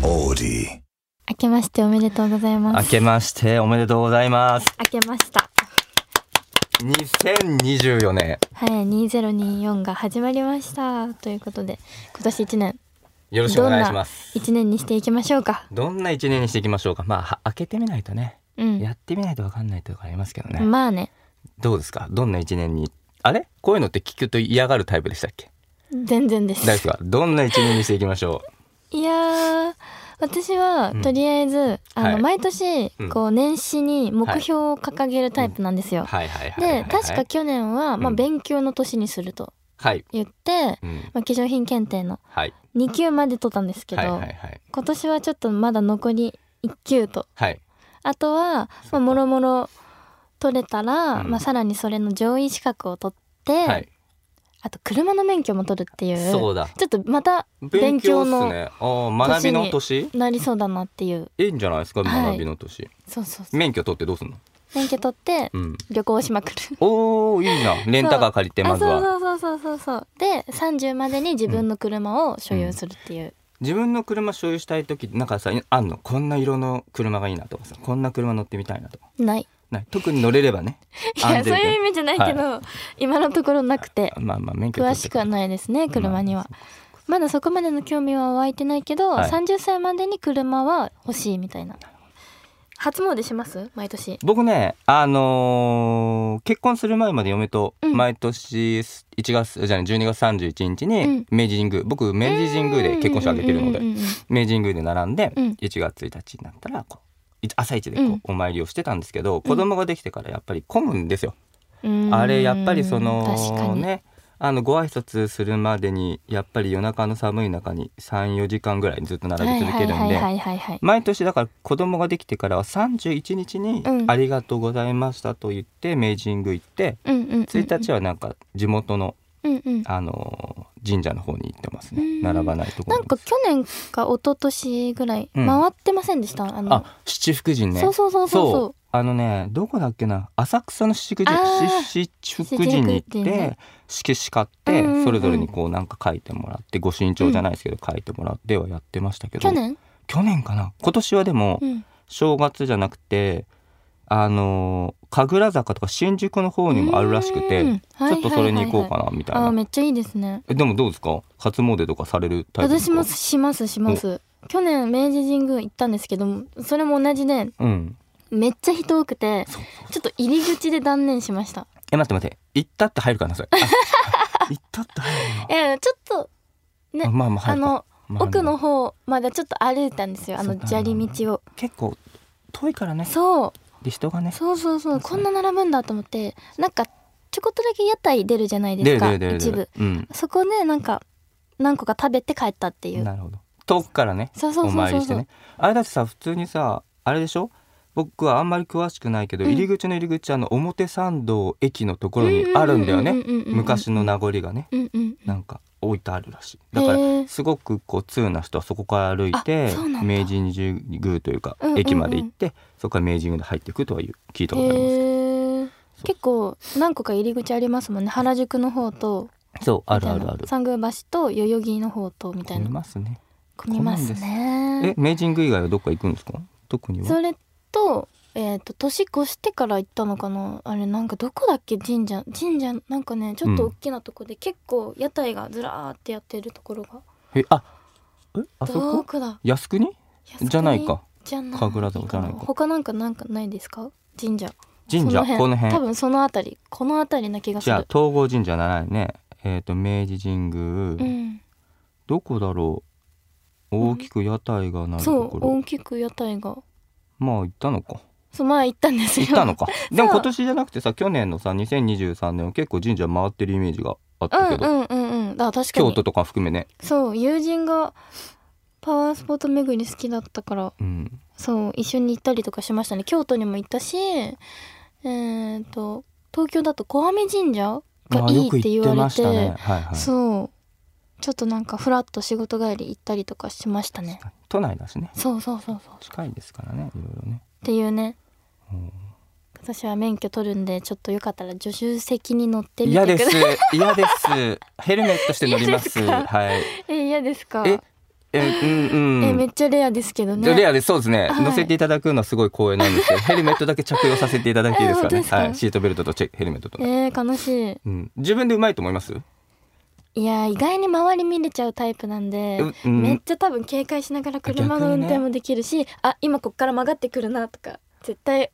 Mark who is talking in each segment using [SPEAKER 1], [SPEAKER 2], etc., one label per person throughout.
[SPEAKER 1] City.
[SPEAKER 2] 明けましておめでとうございま
[SPEAKER 3] 明
[SPEAKER 2] す。
[SPEAKER 3] けましておめでとうございます。
[SPEAKER 2] 明けました。
[SPEAKER 3] 2024年、
[SPEAKER 2] はい、2024が始まりました。ということで、今年1年、
[SPEAKER 3] よろしくお
[SPEAKER 2] どん
[SPEAKER 3] 願いし
[SPEAKER 2] な
[SPEAKER 3] ます。
[SPEAKER 2] 1年にしていきましょうか。
[SPEAKER 3] どんな一年にしていきましょうか。まあ、は開けてみないとね、
[SPEAKER 2] うん。
[SPEAKER 3] やってみないとわかんないとかありますけどね。
[SPEAKER 2] まあね、
[SPEAKER 3] どうですかどんな一年に、あれこういうのって聞くと嫌がるタイプでしたっけ
[SPEAKER 2] 全然です。
[SPEAKER 3] 大輔は。どんな一年にしていきましょ
[SPEAKER 2] いやー、私は、
[SPEAKER 3] うん
[SPEAKER 2] とりあえず、あの、
[SPEAKER 3] はい
[SPEAKER 2] 毎年、
[SPEAKER 3] うん
[SPEAKER 2] こう、年始に目標を掲げるタイプなんで
[SPEAKER 3] う。
[SPEAKER 2] す よ。
[SPEAKER 3] はいはいはいはい、は
[SPEAKER 2] で、
[SPEAKER 3] い。
[SPEAKER 2] 確か去年は、まあ、
[SPEAKER 3] うん
[SPEAKER 2] 勉強の年にすると
[SPEAKER 3] はい。
[SPEAKER 2] 言って、
[SPEAKER 3] うん。
[SPEAKER 2] まあ、化粧品検定の
[SPEAKER 3] はい。
[SPEAKER 2] 2級まで取ったんですけど、
[SPEAKER 3] はいはいはい。
[SPEAKER 2] 今年はちょっとまだ残り1級と
[SPEAKER 3] はい。
[SPEAKER 2] あとは、まあ、もろもろ取れたら、
[SPEAKER 3] うん
[SPEAKER 2] まあ、さらにそれの上位資格を取って、
[SPEAKER 3] はい。
[SPEAKER 2] あと車の免許も取るっていう
[SPEAKER 3] そうだ。
[SPEAKER 2] ちょっとまた勉
[SPEAKER 3] 勉強
[SPEAKER 2] 強
[SPEAKER 3] っす
[SPEAKER 2] の
[SPEAKER 3] ね。あー学びの年
[SPEAKER 2] なりそうだなっていう
[SPEAKER 3] いいんじゃないですか
[SPEAKER 2] はい
[SPEAKER 3] 学びの年、
[SPEAKER 2] そうそうそう
[SPEAKER 3] 免許取ってどうすんの
[SPEAKER 2] 免許取って
[SPEAKER 3] うん。
[SPEAKER 2] 旅行しまくる。
[SPEAKER 3] おー、いいな。レンタカー借りて、
[SPEAKER 2] あ
[SPEAKER 3] まずは。
[SPEAKER 2] そうそうそうそうそうで30までに自分の車を所有するっていう、
[SPEAKER 3] 自分の車所有したい時なんかさあんのこんな色の車がいいなとかさこんな車乗ってみたいなとか
[SPEAKER 2] ない
[SPEAKER 3] ない特に乗れればね
[SPEAKER 2] いや
[SPEAKER 3] 安
[SPEAKER 2] そう
[SPEAKER 3] 全
[SPEAKER 2] いう
[SPEAKER 3] で
[SPEAKER 2] 意味じゃないけど、今のところなくて
[SPEAKER 3] まあまあ免許
[SPEAKER 2] 詳しくはないですね車には、まだそこまでの興味は湧いてないけど、
[SPEAKER 3] はい
[SPEAKER 2] 30歳までに車は欲しいみたいな初詣します毎年
[SPEAKER 3] 僕ねあのー結婚する前まで嫁と
[SPEAKER 2] うん
[SPEAKER 3] 毎年1月じゃあ12月31日
[SPEAKER 2] うん
[SPEAKER 3] に明治神宮、僕明治神宮で結婚式挙げてるので
[SPEAKER 2] うんうんうんうん
[SPEAKER 3] 明治神宮で並んで
[SPEAKER 2] うん
[SPEAKER 3] 1月1日になったらこうい朝一でこ
[SPEAKER 2] う
[SPEAKER 3] うんお参りをしてたんですけど、子供ができてからやっぱり混むんですよ
[SPEAKER 2] うんうん
[SPEAKER 3] あれやっぱりそ
[SPEAKER 2] 確か
[SPEAKER 3] の
[SPEAKER 2] に
[SPEAKER 3] ねあのご挨拶するまでにやっぱり夜中の寒い中に34時間ぐらいずっと並び続けるん
[SPEAKER 2] はいは
[SPEAKER 3] で
[SPEAKER 2] いはいはいはい
[SPEAKER 3] 毎年だから子供ができてからは31日に
[SPEAKER 2] う
[SPEAKER 3] 「
[SPEAKER 2] ん
[SPEAKER 3] ありがとうございました」と言って明治神宮行って
[SPEAKER 2] うんうんうんうん
[SPEAKER 3] 1日はなんか地元の、
[SPEAKER 2] うんうん
[SPEAKER 3] あのー神社の方に行ってます
[SPEAKER 2] うん
[SPEAKER 3] ね並ばないとこ
[SPEAKER 2] な
[SPEAKER 3] ろ
[SPEAKER 2] んか去年か一昨年ぐらい
[SPEAKER 3] うん
[SPEAKER 2] 回ってませんでした、あの
[SPEAKER 3] あ七福神ね
[SPEAKER 2] そうそうそうそうそう
[SPEAKER 3] あのねどこだっけな浅草の七福神
[SPEAKER 2] あー
[SPEAKER 3] 七七福神に行っ
[SPEAKER 2] 七福
[SPEAKER 3] て
[SPEAKER 2] 神ね
[SPEAKER 3] 色紙買っ
[SPEAKER 2] うんうんうん
[SPEAKER 3] てそれぞれにこうなんか書いてもらって御朱印帳じゃないですけど書いてもらってはやってましたけど
[SPEAKER 2] 去年、
[SPEAKER 3] 去年かな今年はでも
[SPEAKER 2] うん、
[SPEAKER 3] 正月じゃなくてあのー神楽坂とか新宿の方にもあるらしく
[SPEAKER 2] う
[SPEAKER 3] て
[SPEAKER 2] ん
[SPEAKER 3] ちょっとそれに行こう
[SPEAKER 2] は
[SPEAKER 3] かなみ
[SPEAKER 2] い
[SPEAKER 3] た
[SPEAKER 2] はいはいあー
[SPEAKER 3] いな
[SPEAKER 2] めっちゃいいですね
[SPEAKER 3] えでもどうですか初詣とかされるタイプですか
[SPEAKER 2] 私もしますします去年明治神宮行ったんですけどもそれも同じで
[SPEAKER 3] うん
[SPEAKER 2] めっちゃ人多くて
[SPEAKER 3] そう
[SPEAKER 2] ちょっと入り口で断念しました
[SPEAKER 3] え待って待って行ったって入るか なそれあ行ったって入るの
[SPEAKER 2] いやちょっとね
[SPEAKER 3] あまあまあ
[SPEAKER 2] あ
[SPEAKER 3] 入るか
[SPEAKER 2] の
[SPEAKER 3] まあ
[SPEAKER 2] 奥の方まだちょっと歩いたんですよあの
[SPEAKER 3] そうだ
[SPEAKER 2] 砂
[SPEAKER 3] ね
[SPEAKER 2] 利道を
[SPEAKER 3] 結構遠いからね
[SPEAKER 2] そう
[SPEAKER 3] で人がね
[SPEAKER 2] そうそうそうこ
[SPEAKER 3] そうん
[SPEAKER 2] な並ぶんだと思ってなんかちょこっとだけ屋台出るじゃないで
[SPEAKER 3] です
[SPEAKER 2] か
[SPEAKER 3] でで
[SPEAKER 2] 一部
[SPEAKER 3] でうん
[SPEAKER 2] そこでなんか何個か食べて帰ったっていう
[SPEAKER 3] なるほど遠くからね
[SPEAKER 2] そうそう
[SPEAKER 3] お
[SPEAKER 2] そう
[SPEAKER 3] 参
[SPEAKER 2] そう
[SPEAKER 3] りしてねあれだってさ普通にさあれでしょ僕はあんまり詳しくないけど、
[SPEAKER 2] うん
[SPEAKER 3] 入り口の入り口あの表参道駅のところにあるんだよ
[SPEAKER 2] うん
[SPEAKER 3] ね
[SPEAKER 2] うんうんうんうんうん
[SPEAKER 3] 昔の名残がね
[SPEAKER 2] うんうん
[SPEAKER 3] なんか置いてあるらしいだか
[SPEAKER 2] へ
[SPEAKER 3] ら
[SPEAKER 2] ー
[SPEAKER 3] すごくこう通な人はそこから歩いて
[SPEAKER 2] あそうなんだ
[SPEAKER 3] 明治神宮というか、
[SPEAKER 2] うんうんうん
[SPEAKER 3] 駅まで行ってそこから明治神宮で入っていくとはいう聞いたことあります、
[SPEAKER 2] へえ
[SPEAKER 3] そう
[SPEAKER 2] 結構何個か入り口ありますもんね原宿の方と
[SPEAKER 3] そうあ
[SPEAKER 2] み
[SPEAKER 3] る
[SPEAKER 2] たい
[SPEAKER 3] あ
[SPEAKER 2] な
[SPEAKER 3] るある
[SPEAKER 2] 三宮橋と代々木の方とみたい
[SPEAKER 3] 混み
[SPEAKER 2] な
[SPEAKER 3] ますね
[SPEAKER 2] 混みます
[SPEAKER 3] え
[SPEAKER 2] ね
[SPEAKER 3] 明治神宮以外はどっか行くんですか特には
[SPEAKER 2] それとえっ、と年越してから行ったのかなあれなんかどこだっけ神社神社なんかねちょっと
[SPEAKER 3] うん
[SPEAKER 2] 大きなとこで、結構屋台がずらーってやってるところが
[SPEAKER 3] えあえあそ
[SPEAKER 2] ど
[SPEAKER 3] こ
[SPEAKER 2] こだ
[SPEAKER 3] 靖国じゃないか
[SPEAKER 2] 靖国じゃない
[SPEAKER 3] 神楽坂じゃないか
[SPEAKER 2] 他なんかなんかないですか神社
[SPEAKER 3] 神社この
[SPEAKER 2] 多
[SPEAKER 3] 辺
[SPEAKER 2] 分その辺りこの辺りな気がす
[SPEAKER 3] じ
[SPEAKER 2] る
[SPEAKER 3] ゃあ東郷神社ならないねえっ、と明治神宮、
[SPEAKER 2] うん
[SPEAKER 3] どこだろう大きく屋台がない
[SPEAKER 2] そ
[SPEAKER 3] と
[SPEAKER 2] う
[SPEAKER 3] ころ、
[SPEAKER 2] 大きく屋台が
[SPEAKER 3] まあ行ったのか
[SPEAKER 2] そう前行ったんです
[SPEAKER 3] 行
[SPEAKER 2] よ
[SPEAKER 3] ったのかでも
[SPEAKER 2] そう
[SPEAKER 3] 今年じゃなくてさ去年のさ2023年は結構神社回ってるイメージがあったけど、
[SPEAKER 2] うんうんうんうんだ確か
[SPEAKER 3] 京
[SPEAKER 2] に
[SPEAKER 3] 都とか含めね
[SPEAKER 2] そう友人がパワースポット巡り好きだったから
[SPEAKER 3] うん
[SPEAKER 2] そう一緒に行ったりとかしましたね京都にも行ったしえー、と東京だと小雨神社
[SPEAKER 3] ま
[SPEAKER 2] が
[SPEAKER 3] あ
[SPEAKER 2] いい
[SPEAKER 3] よ
[SPEAKER 2] っ
[SPEAKER 3] く
[SPEAKER 2] て言
[SPEAKER 3] 行っ
[SPEAKER 2] わ
[SPEAKER 3] て
[SPEAKER 2] れ
[SPEAKER 3] ま
[SPEAKER 2] て
[SPEAKER 3] したねはいはい
[SPEAKER 2] そうちょっとなんかふらっと仕事帰り行ったりとかしましたね
[SPEAKER 3] 都内だしね
[SPEAKER 2] そうそうそうそう
[SPEAKER 3] 近いですからねいろいろね
[SPEAKER 2] っていうね
[SPEAKER 3] うん
[SPEAKER 2] 私は免許取るんでちょっとよかったら助手席に乗ってみて
[SPEAKER 3] 嫌
[SPEAKER 2] くだ
[SPEAKER 3] です
[SPEAKER 2] さい
[SPEAKER 3] 嫌ですヘルメットして乗ります
[SPEAKER 2] 嫌ですか
[SPEAKER 3] はい
[SPEAKER 2] え嫌ですか
[SPEAKER 3] ええうんうん
[SPEAKER 2] えめっちゃレアですけどね
[SPEAKER 3] レアですそうですね、
[SPEAKER 2] はい
[SPEAKER 3] 乗せていただくのはすごい光栄なんですけどヘルメットだけ着用させていただいていいですか
[SPEAKER 2] え本当
[SPEAKER 3] ね
[SPEAKER 2] ですか
[SPEAKER 3] はい、シートベルトとチェヘルメットと、
[SPEAKER 2] えー、悲し
[SPEAKER 3] うん、自分でうまいと思います
[SPEAKER 2] いいやー意外に周り見れちゃうタイプなんで、
[SPEAKER 3] ううん
[SPEAKER 2] めっちゃ多分警戒しながら車の運転もできるし、あ今こっから曲がってくるなとか絶対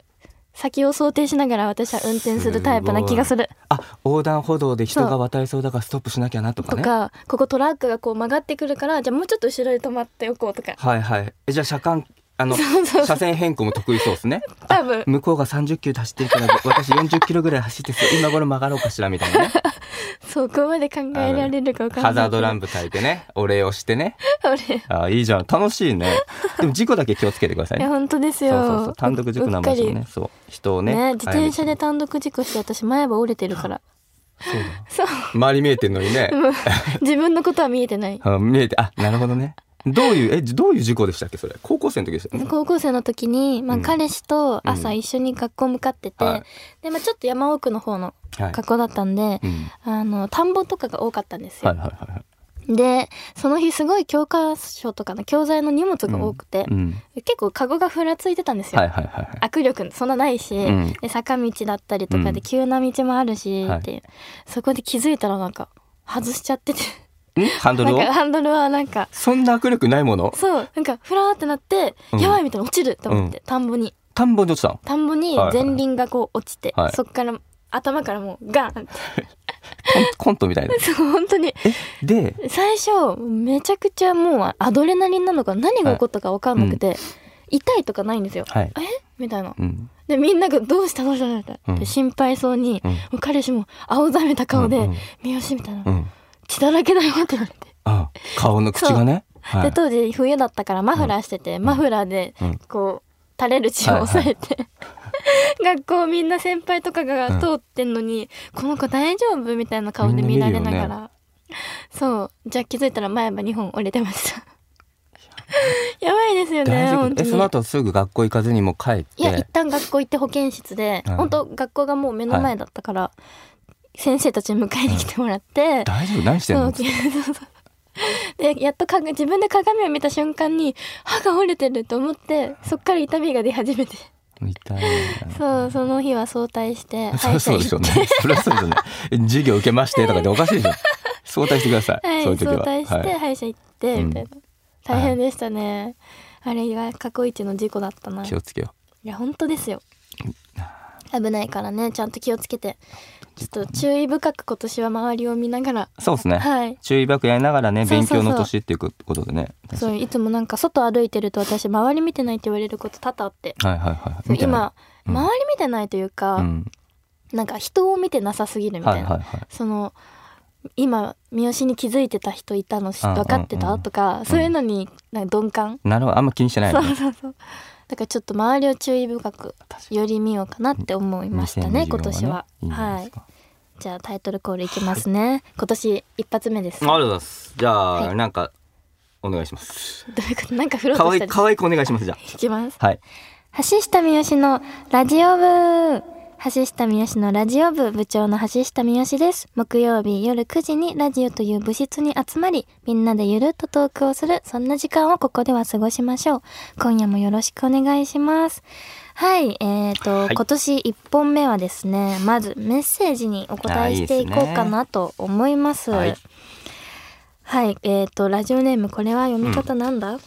[SPEAKER 2] 先を想定しながら私は運転するタイプな気がする
[SPEAKER 3] あ横断歩道で人
[SPEAKER 2] そ
[SPEAKER 3] が
[SPEAKER 2] う
[SPEAKER 3] 渡りそうだからストップしなきゃなとか
[SPEAKER 2] と
[SPEAKER 3] ね
[SPEAKER 2] かここトラックがこう曲がってくるからじゃあもうちょっと後ろに止まっておこうとか
[SPEAKER 3] はいはいえじゃあ車間あの車線変更も得意そうですね
[SPEAKER 2] 多分
[SPEAKER 3] 向こうが30キロで走ってるから私40キロぐらい走ってて今頃曲がろうかしらみたいなね
[SPEAKER 2] そこまで考えられるか分かんな
[SPEAKER 3] ハ
[SPEAKER 2] い
[SPEAKER 3] ザードラン
[SPEAKER 2] プ
[SPEAKER 3] プ焚いてねお礼をしてね
[SPEAKER 2] 俺
[SPEAKER 3] あいいじゃん楽しいね でも事故だけ気をつけてください
[SPEAKER 2] い
[SPEAKER 3] ね
[SPEAKER 2] や本当です
[SPEAKER 3] そう
[SPEAKER 2] よ
[SPEAKER 3] そうそう単独事故なんでしょ
[SPEAKER 2] うっか
[SPEAKER 3] ねそう人を
[SPEAKER 2] りね
[SPEAKER 3] ね
[SPEAKER 2] 自転車で単独事故して私前歯折れてるから
[SPEAKER 3] そうだ
[SPEAKER 2] そう
[SPEAKER 3] 周り見えてんのに ね
[SPEAKER 2] 自分のことは見えてない
[SPEAKER 3] あ見えてあなるほどねどういうえどういう事故でしたっけそれ高校生の時でしたよね
[SPEAKER 2] 高校生の時に、まあ、
[SPEAKER 3] うん
[SPEAKER 2] 彼氏と朝一緒に学校向かってて、
[SPEAKER 3] はい
[SPEAKER 2] でまあ、ちょっと山奥の方の
[SPEAKER 3] はい
[SPEAKER 2] 学校だったんで、
[SPEAKER 3] うん
[SPEAKER 2] あの田んぼとかが多かったんですよ、
[SPEAKER 3] はいはいはいはい
[SPEAKER 2] でその日すごい教科書とかの教材の荷物が多くて、
[SPEAKER 3] うん
[SPEAKER 2] 結構カゴがふらついてたんですよ、
[SPEAKER 3] はいはいはいはい
[SPEAKER 2] 握力そんなないし、
[SPEAKER 3] うん
[SPEAKER 2] で坂道だったりとか
[SPEAKER 3] うん
[SPEAKER 2] で急な道もあるし、
[SPEAKER 3] はい
[SPEAKER 2] ってそこで気づいたらなんか外しちゃってて
[SPEAKER 3] んハンド
[SPEAKER 2] な
[SPEAKER 3] ル
[SPEAKER 2] ん
[SPEAKER 3] を
[SPEAKER 2] かハンドルはなんか
[SPEAKER 3] そんな握力ないもの
[SPEAKER 2] そうなんかフラーってなって、
[SPEAKER 3] うん
[SPEAKER 2] やばいみたいな落ちると思って、田んぼに
[SPEAKER 3] 田んぼに落ちたの
[SPEAKER 2] 田んぼに
[SPEAKER 3] はいはい
[SPEAKER 2] 前輪がこう落ちて、
[SPEAKER 3] はい
[SPEAKER 2] そっから頭からもうガンって
[SPEAKER 3] コン コントみたいな
[SPEAKER 2] そう本当に
[SPEAKER 3] で
[SPEAKER 2] 最初めちゃくちゃもうアドレナリンなのか何が起こったか分かんなくて、痛いとかないんですよ
[SPEAKER 3] はい
[SPEAKER 2] みたいな
[SPEAKER 3] うん
[SPEAKER 2] でみんなが「どうしたどうしたどうした」っ
[SPEAKER 3] うん
[SPEAKER 2] て心配そうに、
[SPEAKER 3] うん
[SPEAKER 2] もう彼氏も青ざめた顔
[SPEAKER 3] う
[SPEAKER 2] で
[SPEAKER 3] んうん
[SPEAKER 2] 「三好」みたいな
[SPEAKER 3] うん
[SPEAKER 2] 「血だらけだよ」って言われて、
[SPEAKER 3] あ顔の口がねはい
[SPEAKER 2] で当時冬だったからマフラーしてて、マフラーで
[SPEAKER 3] うん
[SPEAKER 2] こう垂れる血を抑えて、 学校みんな先輩とか
[SPEAKER 3] う
[SPEAKER 2] が
[SPEAKER 3] ん
[SPEAKER 2] 通ってんのに、この子大丈夫みたいな顔で見られなが
[SPEAKER 3] みんな見るよ
[SPEAKER 2] ら、そうじゃあ気づいたら前歯2本折れてましたやばいですよ
[SPEAKER 3] 大
[SPEAKER 2] ね
[SPEAKER 3] 丈
[SPEAKER 2] 本
[SPEAKER 3] 夫
[SPEAKER 2] 当
[SPEAKER 3] え
[SPEAKER 2] に
[SPEAKER 3] その後すぐ学校行かずにもう帰っ
[SPEAKER 2] いや一
[SPEAKER 3] て
[SPEAKER 2] 旦学校行って保健室で、
[SPEAKER 3] うん
[SPEAKER 2] 本当学校がもう目の前だったから、先生たちに迎えに来てもらって、
[SPEAKER 3] 大丈夫何してん
[SPEAKER 2] そう
[SPEAKER 3] の
[SPEAKER 2] そうそう でやっとか自分で鏡を見た瞬間に歯が折れてると思ってそっから痛みが出始めて
[SPEAKER 3] 痛いね
[SPEAKER 2] そうその日は早退して
[SPEAKER 3] そりゃそうでしょうね。そりゃそうですよね。授業受けましてとかでおかしい じゃん。相対してください。
[SPEAKER 2] はい
[SPEAKER 3] そう
[SPEAKER 2] 早
[SPEAKER 3] いう時は。
[SPEAKER 2] 退して
[SPEAKER 3] は。
[SPEAKER 2] 歯医者行ってみたいな、大変でしたね、あれが過去一の事故だったない
[SPEAKER 3] 気をつけよ
[SPEAKER 2] いや本当ですよ危ないからねちゃんと気をつけてちょっと注意深く今年は周りを見ながら
[SPEAKER 3] う。そうですね。
[SPEAKER 2] はい
[SPEAKER 3] 注意ばくやりながらね、
[SPEAKER 2] そうそう
[SPEAKER 3] 勉
[SPEAKER 2] そう
[SPEAKER 3] 強の年っていうことでね。
[SPEAKER 2] そういつもなんか外歩いてると私周り見てないって言われること多々あって
[SPEAKER 3] はいはいはい。みたいな
[SPEAKER 2] 今、
[SPEAKER 3] うん
[SPEAKER 2] 周り見てないというか、
[SPEAKER 3] うん。
[SPEAKER 2] なんか人を見てなさすぎるみた
[SPEAKER 3] は
[SPEAKER 2] いな、
[SPEAKER 3] いはいはい。
[SPEAKER 2] その今三好に気づいてた人いたの知
[SPEAKER 3] うんうんうん
[SPEAKER 2] 分かってたとかそういうのになんか鈍感、
[SPEAKER 3] なるほど。あんま気にしてない
[SPEAKER 2] そ
[SPEAKER 3] の
[SPEAKER 2] う
[SPEAKER 3] ね。
[SPEAKER 2] そうそうだからちょっと周りを注意深くより見ようかなって思いましたね
[SPEAKER 3] 2024
[SPEAKER 2] 今年は
[SPEAKER 3] ねいいんじゃない
[SPEAKER 2] は
[SPEAKER 3] です
[SPEAKER 2] い
[SPEAKER 3] か。
[SPEAKER 2] じゃあタイトルコールいきますね今年一発目です
[SPEAKER 3] あり
[SPEAKER 2] ど
[SPEAKER 3] が
[SPEAKER 2] う
[SPEAKER 3] とうございます。じゃ
[SPEAKER 2] は
[SPEAKER 3] あ、なんか、お願いします。
[SPEAKER 2] いうことなんか振ろう
[SPEAKER 3] か
[SPEAKER 2] と
[SPEAKER 3] わ
[SPEAKER 2] し
[SPEAKER 3] い
[SPEAKER 2] た
[SPEAKER 3] い、
[SPEAKER 2] り
[SPEAKER 3] かわいくお願いします。じゃ
[SPEAKER 2] いきます
[SPEAKER 3] あ。はい。
[SPEAKER 2] 橋下三好のラジオ部橋下三好のラジオ部部長の橋下三好です木曜日夜9時にラジオという部室に集まりみんなでゆるっとトークをするそんな時間をここでは過ごしましょう今夜もよろしくお願いしますはいえーと、
[SPEAKER 3] はい
[SPEAKER 2] 今年1本目はですねまずメッセージにお答えしていこうかなと思います
[SPEAKER 3] はい
[SPEAKER 2] はい、えーとラジオネームこれは読み方なんだ、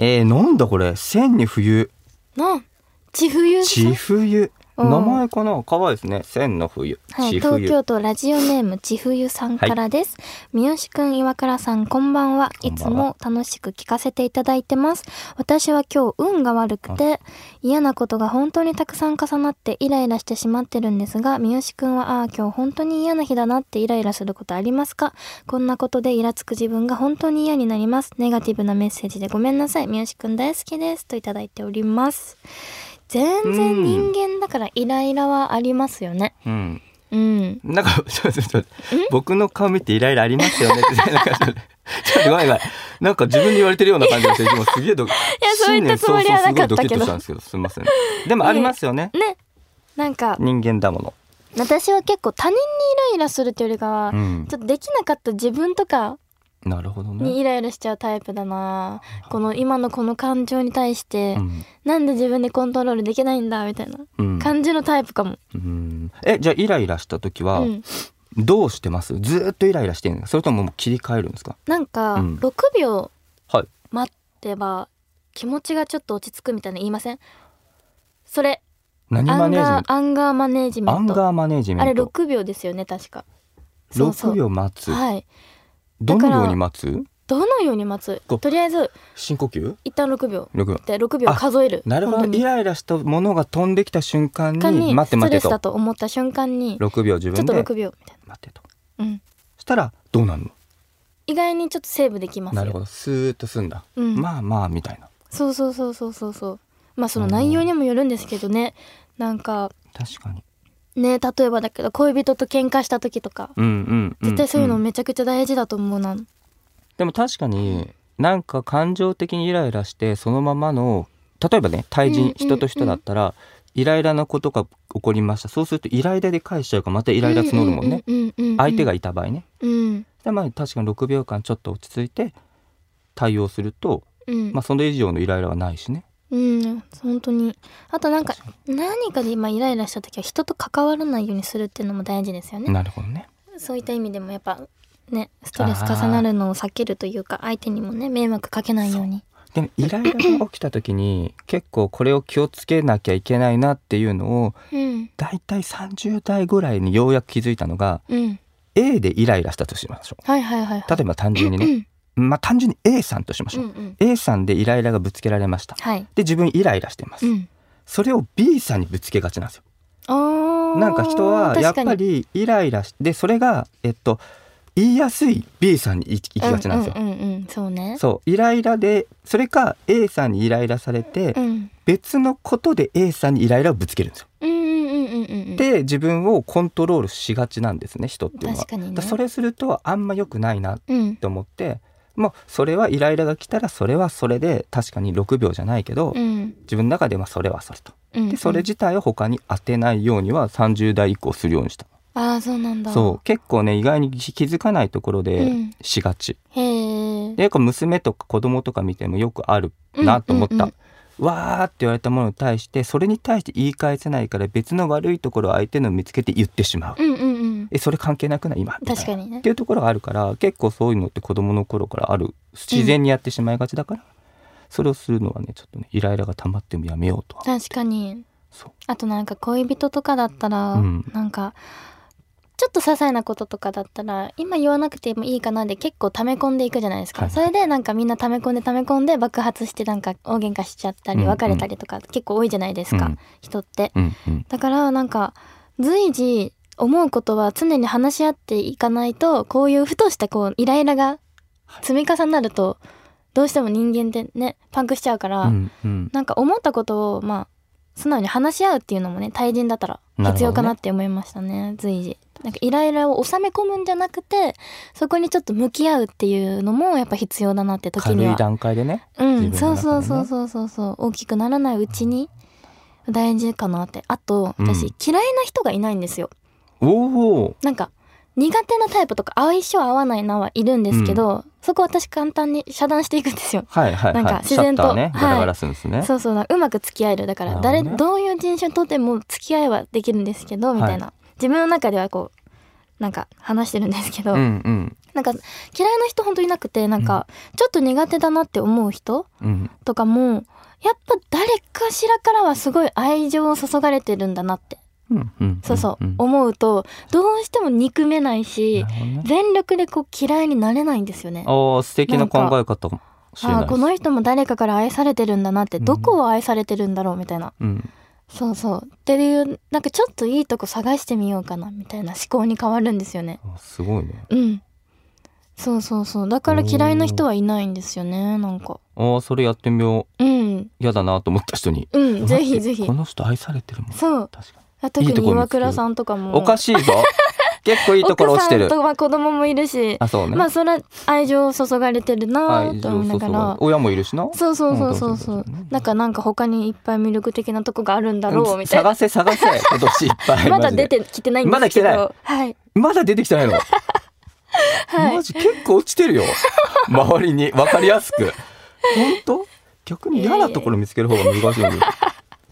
[SPEAKER 3] えー、なんだこれ。千に冬。
[SPEAKER 2] のちふゆさん
[SPEAKER 3] ち冬。
[SPEAKER 2] うん
[SPEAKER 3] 名前かなかわいいですね。千の冬。
[SPEAKER 2] はい、
[SPEAKER 3] ち
[SPEAKER 2] 東
[SPEAKER 3] 冬。
[SPEAKER 2] 京都ラジオネームちふゆさんからです、三好くん岩倉さんこんばんは
[SPEAKER 3] こん
[SPEAKER 2] いつ
[SPEAKER 3] ばんは
[SPEAKER 2] も楽しく聞かせていただいてます私は今日運が悪くて嫌なことが本当にたくさん重なってイライラしてしまってるんですが三好くんはああ今日本当に嫌な日だなってイライラすることありますかこんなことでイラつく自分が本当に嫌になりますネガティブなメッセージでごめんなさい三好くん大好きですといただいております全然人間だからイライラはありますよね
[SPEAKER 3] うん。
[SPEAKER 2] うん
[SPEAKER 3] なんか、 ちょっとちょっと僕の顔見てイライラありますよ ねって、なんかちょっと、ちょっとごめんごめん。なんか自分に言われてるような感じがして、もうすげえど、いや
[SPEAKER 2] そういったつもりはなかったけ
[SPEAKER 3] す
[SPEAKER 2] ど
[SPEAKER 3] ごいドキッとしたんですけど、すみません。でもありますよね。
[SPEAKER 2] ねなんか
[SPEAKER 3] 人間だもの。
[SPEAKER 2] 私は結構他人にイライラするというよりかは、
[SPEAKER 3] うん
[SPEAKER 2] ちょっとできなかった自分とか
[SPEAKER 3] なるほど
[SPEAKER 2] に
[SPEAKER 3] ね。
[SPEAKER 2] イライラしちゃうタイプだなこの今のこの感情に対して、
[SPEAKER 3] うん
[SPEAKER 2] なんで自分でコントロールできないんだみたいな
[SPEAKER 3] うん
[SPEAKER 2] 感じのタイプかも、
[SPEAKER 3] うん、えじゃあイライラした時は
[SPEAKER 2] うん
[SPEAKER 3] どうしてます、ずーっとイライラしてるんですかそれとももう切り替えるんですか
[SPEAKER 2] なんか
[SPEAKER 3] うん
[SPEAKER 2] 6秒
[SPEAKER 3] はい
[SPEAKER 2] 待ってば気持ちがちょっと落ち着くみたいなの言いませんそれ
[SPEAKER 3] 何
[SPEAKER 2] ア
[SPEAKER 3] マ
[SPEAKER 2] ン
[SPEAKER 3] ネージメ
[SPEAKER 2] ガ
[SPEAKER 3] ン
[SPEAKER 2] ー
[SPEAKER 3] ト
[SPEAKER 2] アンガーマネージメ
[SPEAKER 3] アン
[SPEAKER 2] ント
[SPEAKER 3] ガーマネージメ
[SPEAKER 2] あれ
[SPEAKER 3] ント
[SPEAKER 2] 6秒ですよね確かそうそう
[SPEAKER 3] 6秒待つ
[SPEAKER 2] はい
[SPEAKER 3] どの
[SPEAKER 2] だから
[SPEAKER 3] ように待つ
[SPEAKER 2] どのように待つ
[SPEAKER 3] こう
[SPEAKER 2] とりあえず
[SPEAKER 3] 深呼吸
[SPEAKER 2] 一旦6秒
[SPEAKER 3] 6秒
[SPEAKER 2] で6秒数える
[SPEAKER 3] なるほど
[SPEAKER 2] 本当に
[SPEAKER 3] イライラしたものが飛んできた瞬間
[SPEAKER 2] 瞬間
[SPEAKER 3] に
[SPEAKER 2] に
[SPEAKER 3] 待って
[SPEAKER 2] スト
[SPEAKER 3] 待
[SPEAKER 2] レ
[SPEAKER 3] て
[SPEAKER 2] スだ
[SPEAKER 3] と
[SPEAKER 2] と思った瞬間に
[SPEAKER 3] 6秒自
[SPEAKER 2] ち
[SPEAKER 3] 分
[SPEAKER 2] ょ
[SPEAKER 3] で
[SPEAKER 2] っと
[SPEAKER 3] 待
[SPEAKER 2] 6秒みたい
[SPEAKER 3] てと
[SPEAKER 2] な、うん、
[SPEAKER 3] したらどうなるの
[SPEAKER 2] 意外にちょっとセーブできますよ
[SPEAKER 3] なるほどスーッと済んだ、
[SPEAKER 2] うん
[SPEAKER 3] まあまあみたいな
[SPEAKER 2] そうそうそうそうそうそうまあその内容にもよるんですけどねなんか
[SPEAKER 3] 確かに
[SPEAKER 2] ね例えばだけど恋人と喧嘩した時とか
[SPEAKER 3] うんうん、うん、
[SPEAKER 2] 絶対そういうの
[SPEAKER 3] ん
[SPEAKER 2] めちゃくちゃ大事だと思うな、
[SPEAKER 3] でも確かになんか感情的にイライラしてそのままの例えばね対
[SPEAKER 2] うんうん
[SPEAKER 3] 人人と人だったら、イライラなことが起こりましたそうするとイライラで返しちゃうからまたイライラ募るもんね、
[SPEAKER 2] うんうんうんうんうん
[SPEAKER 3] 相手がいた場合ね
[SPEAKER 2] うん
[SPEAKER 3] でまあ確かに6秒間ちょっと落ち着いて対応すると、
[SPEAKER 2] うん、
[SPEAKER 3] まあそれ以上のイライラはないしね
[SPEAKER 2] うん本当にあとなんか
[SPEAKER 3] 確
[SPEAKER 2] 何かで今イライラした時は人と関わらないようにするっていうのも大事ですよね
[SPEAKER 3] なるほどね
[SPEAKER 2] そういった意味でもやっぱねストレス重なるのを避けるというか相手にもね迷惑かけないように
[SPEAKER 3] でもイライラが起きた時に結構これを気をつけなきゃいけないなっていうのを
[SPEAKER 2] うん
[SPEAKER 3] だいたい30代ぐらいにようやく気づいたのが
[SPEAKER 2] うん
[SPEAKER 3] A でイライラしたとしましょ
[SPEAKER 2] はいはいはいは
[SPEAKER 3] う例えば単純にねまあ単純に A さんとしま
[SPEAKER 2] い
[SPEAKER 3] しょ
[SPEAKER 2] うん
[SPEAKER 3] う、
[SPEAKER 2] うん
[SPEAKER 3] A さんでイライラがぶつけられました
[SPEAKER 2] はい
[SPEAKER 3] で自分イライラしてます、
[SPEAKER 2] うん
[SPEAKER 3] それを B さんにぶつけがちなんですよ
[SPEAKER 2] あー
[SPEAKER 3] なんか人はやっぱ
[SPEAKER 2] 確かに
[SPEAKER 3] りイライラしてそれがえっと言いやすい B さんに行き行きがちなんですよ、
[SPEAKER 2] うんうんうんうんそうね
[SPEAKER 3] そうイライラでそれか A さんにイライラされて、
[SPEAKER 2] うん
[SPEAKER 3] 別のことで A さんにイライラをぶつけるんですよ、
[SPEAKER 2] うんうんうんうんうんうん
[SPEAKER 3] で自分をコントロールしがちなんですね人っていうのは
[SPEAKER 2] 確かにね
[SPEAKER 3] だそれするとあんま良くないな
[SPEAKER 2] うん
[SPEAKER 3] と思ってもうそれはイライラが来たらそれはそれで確かに6秒じゃないけど、
[SPEAKER 2] うん
[SPEAKER 3] 自分の中でまあそれはそれと
[SPEAKER 2] うん
[SPEAKER 3] でそれ自体を他に当てないようには30代以降するようにした
[SPEAKER 2] ああそうなんだ
[SPEAKER 3] そう結構ね意外に気づかないところで
[SPEAKER 2] うん
[SPEAKER 3] しがち、
[SPEAKER 2] へえ
[SPEAKER 3] でやっぱ娘とか子供とか見てもよくあるなと思った、
[SPEAKER 2] うんうん
[SPEAKER 3] わーって言われたものに対してそれに対して言い返せないから別の悪いところを相手の見つけて言ってしまう、
[SPEAKER 2] うんうんうん
[SPEAKER 3] えそれ関係なくない今みたいな
[SPEAKER 2] 確かにね
[SPEAKER 3] っていうところがあるから結構そういうのって子供の頃からある自然にやってしまいがちだから、それをするのはねちょっとねイライラが溜まってもやめようとは
[SPEAKER 2] 確かに
[SPEAKER 3] そう
[SPEAKER 2] あとなんか恋人とかだったら、
[SPEAKER 3] うん
[SPEAKER 2] なんかちょっと些細なこととかだったら今言わなくてもいいかなで結構溜め込んでいくじゃないですか、
[SPEAKER 3] はい
[SPEAKER 2] それでなんかみんな溜め込んで溜め込んで爆発してなんか大喧嘩しちゃった
[SPEAKER 3] うん
[SPEAKER 2] り
[SPEAKER 3] うん
[SPEAKER 2] 別れたりとか結構多いじゃないですか、
[SPEAKER 3] うん
[SPEAKER 2] 人って
[SPEAKER 3] うんうん
[SPEAKER 2] だからなんか随時思うことは常に話し合っていかないとこういうふとしたこうイライラが積み重なるとどうしても人間ってねパンクしちゃうから、
[SPEAKER 3] うんうん
[SPEAKER 2] なんか思ったことをまあ素直に話し合うっていうのもね対人だったら
[SPEAKER 3] なるほどね
[SPEAKER 2] 必要かなって思いましたね随時なんかイライラを収め込むんじゃなくてそこにちょっと向き合うっていうのもやっぱ必要だなって時
[SPEAKER 3] 軽
[SPEAKER 2] に
[SPEAKER 3] い
[SPEAKER 2] は
[SPEAKER 3] 段階でね
[SPEAKER 2] うん
[SPEAKER 3] 自分
[SPEAKER 2] そ
[SPEAKER 3] の中で
[SPEAKER 2] う
[SPEAKER 3] ね
[SPEAKER 2] そうそうそうそうそう大きくならないうちに大事かなってあと
[SPEAKER 3] う
[SPEAKER 2] 私、
[SPEAKER 3] ん
[SPEAKER 2] 嫌いな人がいないんですよ
[SPEAKER 3] おお
[SPEAKER 2] なんか苦手なタイプとか相性合わないなはいるんですけど、そこ私簡単に遮断していくんですよ
[SPEAKER 3] はいはいは
[SPEAKER 2] ないんか自然と
[SPEAKER 3] シャッターね
[SPEAKER 2] はい
[SPEAKER 3] ガラガラするんですね、
[SPEAKER 2] そうそうだうまく付き合えるだから
[SPEAKER 3] なる
[SPEAKER 2] 誰
[SPEAKER 3] ほどね
[SPEAKER 2] どういう人種とっても付き合いはできるんですけどみたいな、自分の中ではこうなんか話してるんですけど、
[SPEAKER 3] うんうん
[SPEAKER 2] なんか嫌いな人本当いなくてなんかちょっと苦手だなって思う人
[SPEAKER 3] うん
[SPEAKER 2] とかもやっぱ誰かしらからはすごい愛情を注がれてるんだなって
[SPEAKER 3] うんうん
[SPEAKER 2] そうそう、
[SPEAKER 3] んん
[SPEAKER 2] 思うとどうしても憎めないし
[SPEAKER 3] なるほどね
[SPEAKER 2] 全力でこう嫌いになれないんですよね。
[SPEAKER 3] ああ素敵な考え方かもしれない
[SPEAKER 2] あ
[SPEAKER 3] で
[SPEAKER 2] ー
[SPEAKER 3] す
[SPEAKER 2] この人も誰かから愛されてるんだなって
[SPEAKER 3] うん
[SPEAKER 2] どこを愛されてるんだろうみたいな
[SPEAKER 3] うん
[SPEAKER 2] そうそうっていうなんかちょっといいとこ探してみようかなみたいな思考に変わるんですよね
[SPEAKER 3] あすごいね
[SPEAKER 2] うんそうそうそうだから嫌いな人はいないんですよねなんか
[SPEAKER 3] ああそれやってみよ
[SPEAKER 2] うん
[SPEAKER 3] う嫌だなと思った人に
[SPEAKER 2] うん ぜひぜ ひ
[SPEAKER 3] この人愛されてるもん
[SPEAKER 2] そう
[SPEAKER 3] 確かに
[SPEAKER 2] あ特
[SPEAKER 3] いいと
[SPEAKER 2] に
[SPEAKER 3] こ見つける
[SPEAKER 2] 岩倉さんとかも
[SPEAKER 3] おか
[SPEAKER 2] し
[SPEAKER 3] しいぞ結構いいところ落ちてる
[SPEAKER 2] 奥さんとは子供もいるし
[SPEAKER 3] あそうね、
[SPEAKER 2] まあそれは愛情を注がれてるな
[SPEAKER 3] 愛
[SPEAKER 2] ぁ
[SPEAKER 3] 情
[SPEAKER 2] と思いな
[SPEAKER 3] そう
[SPEAKER 2] が
[SPEAKER 3] そ
[SPEAKER 2] ら
[SPEAKER 3] う親もいるしな
[SPEAKER 2] そうそうそうそう
[SPEAKER 3] う
[SPEAKER 2] そ
[SPEAKER 3] んそうそう
[SPEAKER 2] う
[SPEAKER 3] そうそう
[SPEAKER 2] なんかなんか他にいっぱい魅力的なとこがあるんだろうみたいな
[SPEAKER 3] 探せ探せ今年いっぱい
[SPEAKER 2] まだ
[SPEAKER 3] マジで
[SPEAKER 2] 出てきてないんですけど
[SPEAKER 3] まだ来て
[SPEAKER 2] はい
[SPEAKER 3] まだ出てきてないの
[SPEAKER 2] はい
[SPEAKER 3] マジ結構落ちてるよ周りに分かりやすく本当逆に嫌なところ見つける方が難しいんで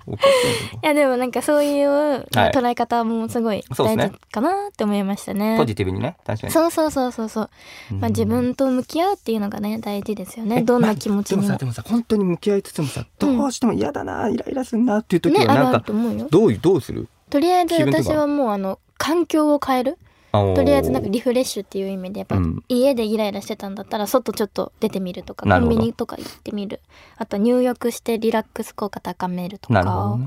[SPEAKER 3] おかしいない
[SPEAKER 2] やでもなんかそういう捉え方もすごい
[SPEAKER 3] そうです
[SPEAKER 2] 大
[SPEAKER 3] ね
[SPEAKER 2] 事かなって思いましたね。
[SPEAKER 3] ポジティブにね確かに
[SPEAKER 2] そうそうそうそうそう。まあ自分と向き合うっていうのがね大事ですよね。どんな気持ち
[SPEAKER 3] で
[SPEAKER 2] に
[SPEAKER 3] も
[SPEAKER 2] も
[SPEAKER 3] さ。でもさ本当に向き合いつつもさどうしても嫌だな、イライラするなっていう時
[SPEAKER 2] ね
[SPEAKER 3] は
[SPEAKER 2] ある
[SPEAKER 3] なん
[SPEAKER 2] あ
[SPEAKER 3] か、
[SPEAKER 2] ると思うよ。
[SPEAKER 3] どういうどうする
[SPEAKER 2] とりあえず
[SPEAKER 3] 気分とか
[SPEAKER 2] 私はもうあの環境を変える。
[SPEAKER 3] と
[SPEAKER 2] とりあえずなんかリフレッシュっていう意味でやっぱ
[SPEAKER 3] うん
[SPEAKER 2] 家でイライラしてたんだったら外ちょっと出てみるとか
[SPEAKER 3] な
[SPEAKER 2] コ
[SPEAKER 3] る
[SPEAKER 2] ン
[SPEAKER 3] ほど
[SPEAKER 2] ビニとか行ってみるあと入浴してリラックス効果高めると
[SPEAKER 3] なるほど
[SPEAKER 2] か
[SPEAKER 3] ね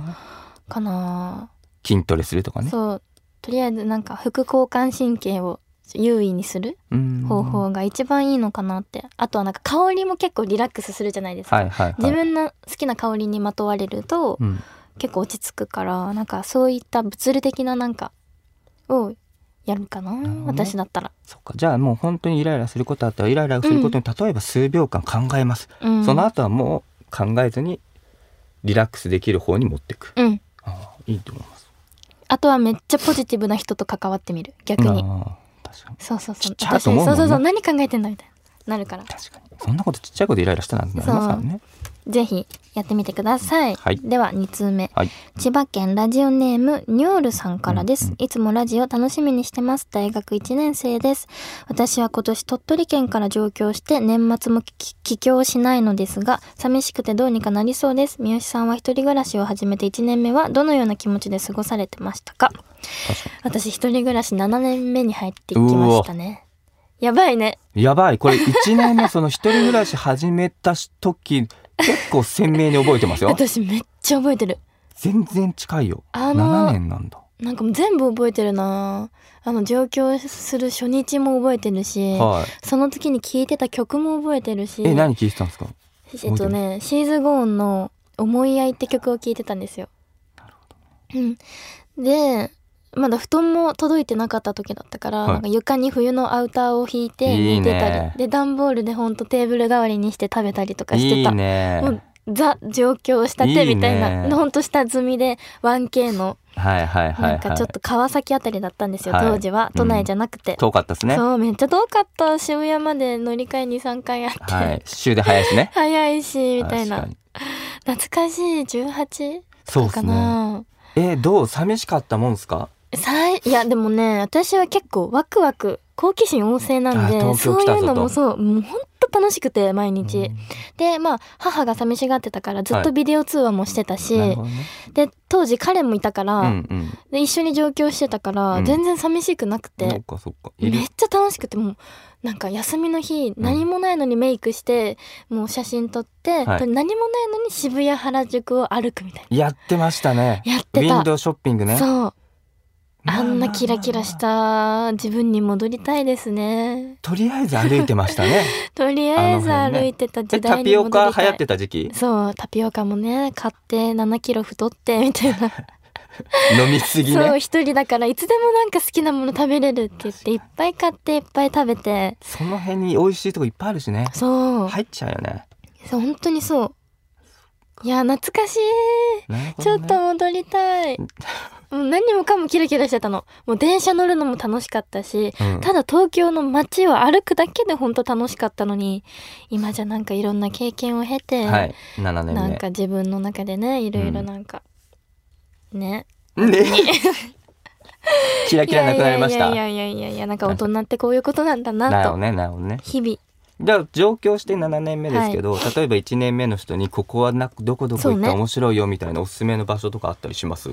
[SPEAKER 2] かな
[SPEAKER 3] 筋トレするとかね
[SPEAKER 2] そうとりあえずなんか副交感神経を優位にする
[SPEAKER 3] うん
[SPEAKER 2] 方法が一番いいのかなってあとはなんか香りも結構リラックスするじゃないですか、
[SPEAKER 3] はいはいはい
[SPEAKER 2] 自分の好きな香りにまとわれると
[SPEAKER 3] うん
[SPEAKER 2] 結構落ち着くからなんかそういった物理的ななんかをやるかな
[SPEAKER 3] るほどね
[SPEAKER 2] 私だったら。
[SPEAKER 3] そっかじゃあもう本当にイライラすることあったらイライラすることに、例えば数秒間考えます、
[SPEAKER 2] うん、
[SPEAKER 3] その後はもう考えずにリラックスできる方に持っていく、
[SPEAKER 2] うん
[SPEAKER 3] ああいいと思います
[SPEAKER 2] あとはめっちゃポジティブな人と関わってみる逆に、
[SPEAKER 3] ああ確かに
[SPEAKER 2] そうそうそ
[SPEAKER 3] ち
[SPEAKER 2] う
[SPEAKER 3] っちゃいと思うもんね
[SPEAKER 2] 私そうそうそう何考えてんだみたいななるから
[SPEAKER 3] 確かにそんなことちっちゃいことイライラしたなんてなりますからね
[SPEAKER 2] ぜひやってみてください、
[SPEAKER 3] はい
[SPEAKER 2] では2通目
[SPEAKER 3] はい
[SPEAKER 2] 千葉県ラジオネームニョールさんからです、
[SPEAKER 3] うん
[SPEAKER 2] いつもラジオ楽しみにしてます大学1年生です私は今年鳥取県から上京して年末もき帰郷しないのですが寂しくてどうにかなりそうです三好さんは一人暮らしを始めて1年目はどのような気持ちで過ごされてましたか
[SPEAKER 3] 確か
[SPEAKER 2] 私一人暮らし7年目に入っていきましたねやばいね
[SPEAKER 3] にやばいこれ1年目その一人暮らし始めた時結構鮮明に覚えて ますよ
[SPEAKER 2] 私めっちゃ覚えてる
[SPEAKER 3] 全然近いよ
[SPEAKER 2] あの
[SPEAKER 3] 7年なんだ
[SPEAKER 2] なんかもう全部覚えてるなあの上京する初日も覚えてるし、
[SPEAKER 3] はい
[SPEAKER 2] その時に聴いてた曲も覚えてるし
[SPEAKER 3] え何聞いてたんですか
[SPEAKER 2] えっとねシーズゴーンの「思い合い」って曲を聴いてたんですようん、でまだ布団も届いてなかった時だったから、
[SPEAKER 3] はい
[SPEAKER 2] なんか床に冬のアウターを引いて
[SPEAKER 3] いいね
[SPEAKER 2] 寝てたりで段ボールでほんとテーブル代わりにして食べたりとかしてた
[SPEAKER 3] いいね
[SPEAKER 2] もうザ上京したてみたいない
[SPEAKER 3] いね
[SPEAKER 2] ほんと下積みで 1K の
[SPEAKER 3] はいはいはい、はい、
[SPEAKER 2] なんかちょっと川崎あたりだったんですよ、
[SPEAKER 3] はい
[SPEAKER 2] 当時は都内じゃなくて、
[SPEAKER 3] 遠かったですね
[SPEAKER 2] そうめっちゃ遠かった渋谷まで乗り換え23回あって、
[SPEAKER 3] はい週で早いしね
[SPEAKER 2] 早い しみたい
[SPEAKER 3] 確
[SPEAKER 2] な
[SPEAKER 3] かに
[SPEAKER 2] 懐かしい18
[SPEAKER 3] そうっ
[SPEAKER 2] か
[SPEAKER 3] すね
[SPEAKER 2] な、
[SPEAKER 3] えーどう寂しかったもんすか
[SPEAKER 2] さいいやでもね私は結構ワクワク好奇心旺盛なん
[SPEAKER 3] あ
[SPEAKER 2] で
[SPEAKER 3] 東京
[SPEAKER 2] そう
[SPEAKER 3] 来
[SPEAKER 2] い
[SPEAKER 3] たぞと
[SPEAKER 2] うのもそうもうほんと楽しくて毎日、
[SPEAKER 3] うん
[SPEAKER 2] でまあ母が寂しがってたからずっ
[SPEAKER 3] はい
[SPEAKER 2] とビデオ通話もしてたし、
[SPEAKER 3] なるほどね
[SPEAKER 2] で当時彼もいたから、
[SPEAKER 3] うんうん
[SPEAKER 2] で一緒に上京してたから、
[SPEAKER 3] うん
[SPEAKER 2] 全然寂しくなくて、
[SPEAKER 3] そっかそっかいる
[SPEAKER 2] めっちゃ楽しくてもうなんか休みの日何もないのにメイクして、もう写真撮って、
[SPEAKER 3] はい
[SPEAKER 2] と何もないのに渋谷原宿を歩くみたい
[SPEAKER 3] やってましたね
[SPEAKER 2] なやって
[SPEAKER 3] ウ
[SPEAKER 2] た
[SPEAKER 3] ィンドウショッピングね
[SPEAKER 2] そう
[SPEAKER 3] まま
[SPEAKER 2] あん
[SPEAKER 3] ま
[SPEAKER 2] な
[SPEAKER 3] ま
[SPEAKER 2] キラキラした自分に戻りたいですね
[SPEAKER 3] とりあえず歩いてましたね
[SPEAKER 2] とりあえず
[SPEAKER 3] あの辺ね
[SPEAKER 2] 歩いてた
[SPEAKER 3] で
[SPEAKER 2] 時
[SPEAKER 3] タ
[SPEAKER 2] 代
[SPEAKER 3] ピ
[SPEAKER 2] に
[SPEAKER 3] オ
[SPEAKER 2] 戻り
[SPEAKER 3] カ
[SPEAKER 2] たい
[SPEAKER 3] 流行ってた時期
[SPEAKER 2] そうタピオカもね買って7キロ太ってみたい な
[SPEAKER 3] 飲みすぎ
[SPEAKER 2] そう
[SPEAKER 3] ね
[SPEAKER 2] 一人だからいつでもなんか好きなもの食べれるって言っていっぱい買っていっぱい食べて
[SPEAKER 3] その辺に美味しいとこいっぱいあるしね
[SPEAKER 2] そう
[SPEAKER 3] 入っちゃうよね
[SPEAKER 2] そう本当にそういや懐かしい
[SPEAKER 3] なるほ
[SPEAKER 2] ちょ
[SPEAKER 3] ど
[SPEAKER 2] っ
[SPEAKER 3] ね
[SPEAKER 2] と戻り たいもう何もかもキラキラしてたのもう電車乗るのも楽しかったし
[SPEAKER 3] うん
[SPEAKER 2] ただ東京の街を歩くだけで本当楽しかったのに今じゃなんかいろんな経験を経て、
[SPEAKER 3] はい7年目
[SPEAKER 2] なんか自分の中でねいろいろなんか、ね
[SPEAKER 3] ねキラキラなくなりました
[SPEAKER 2] いやいやいやいやいやなんか大人ってこういうことなんだ
[SPEAKER 3] な
[SPEAKER 2] な
[SPEAKER 3] る
[SPEAKER 2] と
[SPEAKER 3] ほどねなるほどね
[SPEAKER 2] 日々
[SPEAKER 3] だから上京して7年目ですけど、例えば1年目の人にここはなどこどこ
[SPEAKER 2] そ
[SPEAKER 3] 行
[SPEAKER 2] う
[SPEAKER 3] っ
[SPEAKER 2] ね
[SPEAKER 3] たら面白いよみたいなおすすめの場所とかあったりします、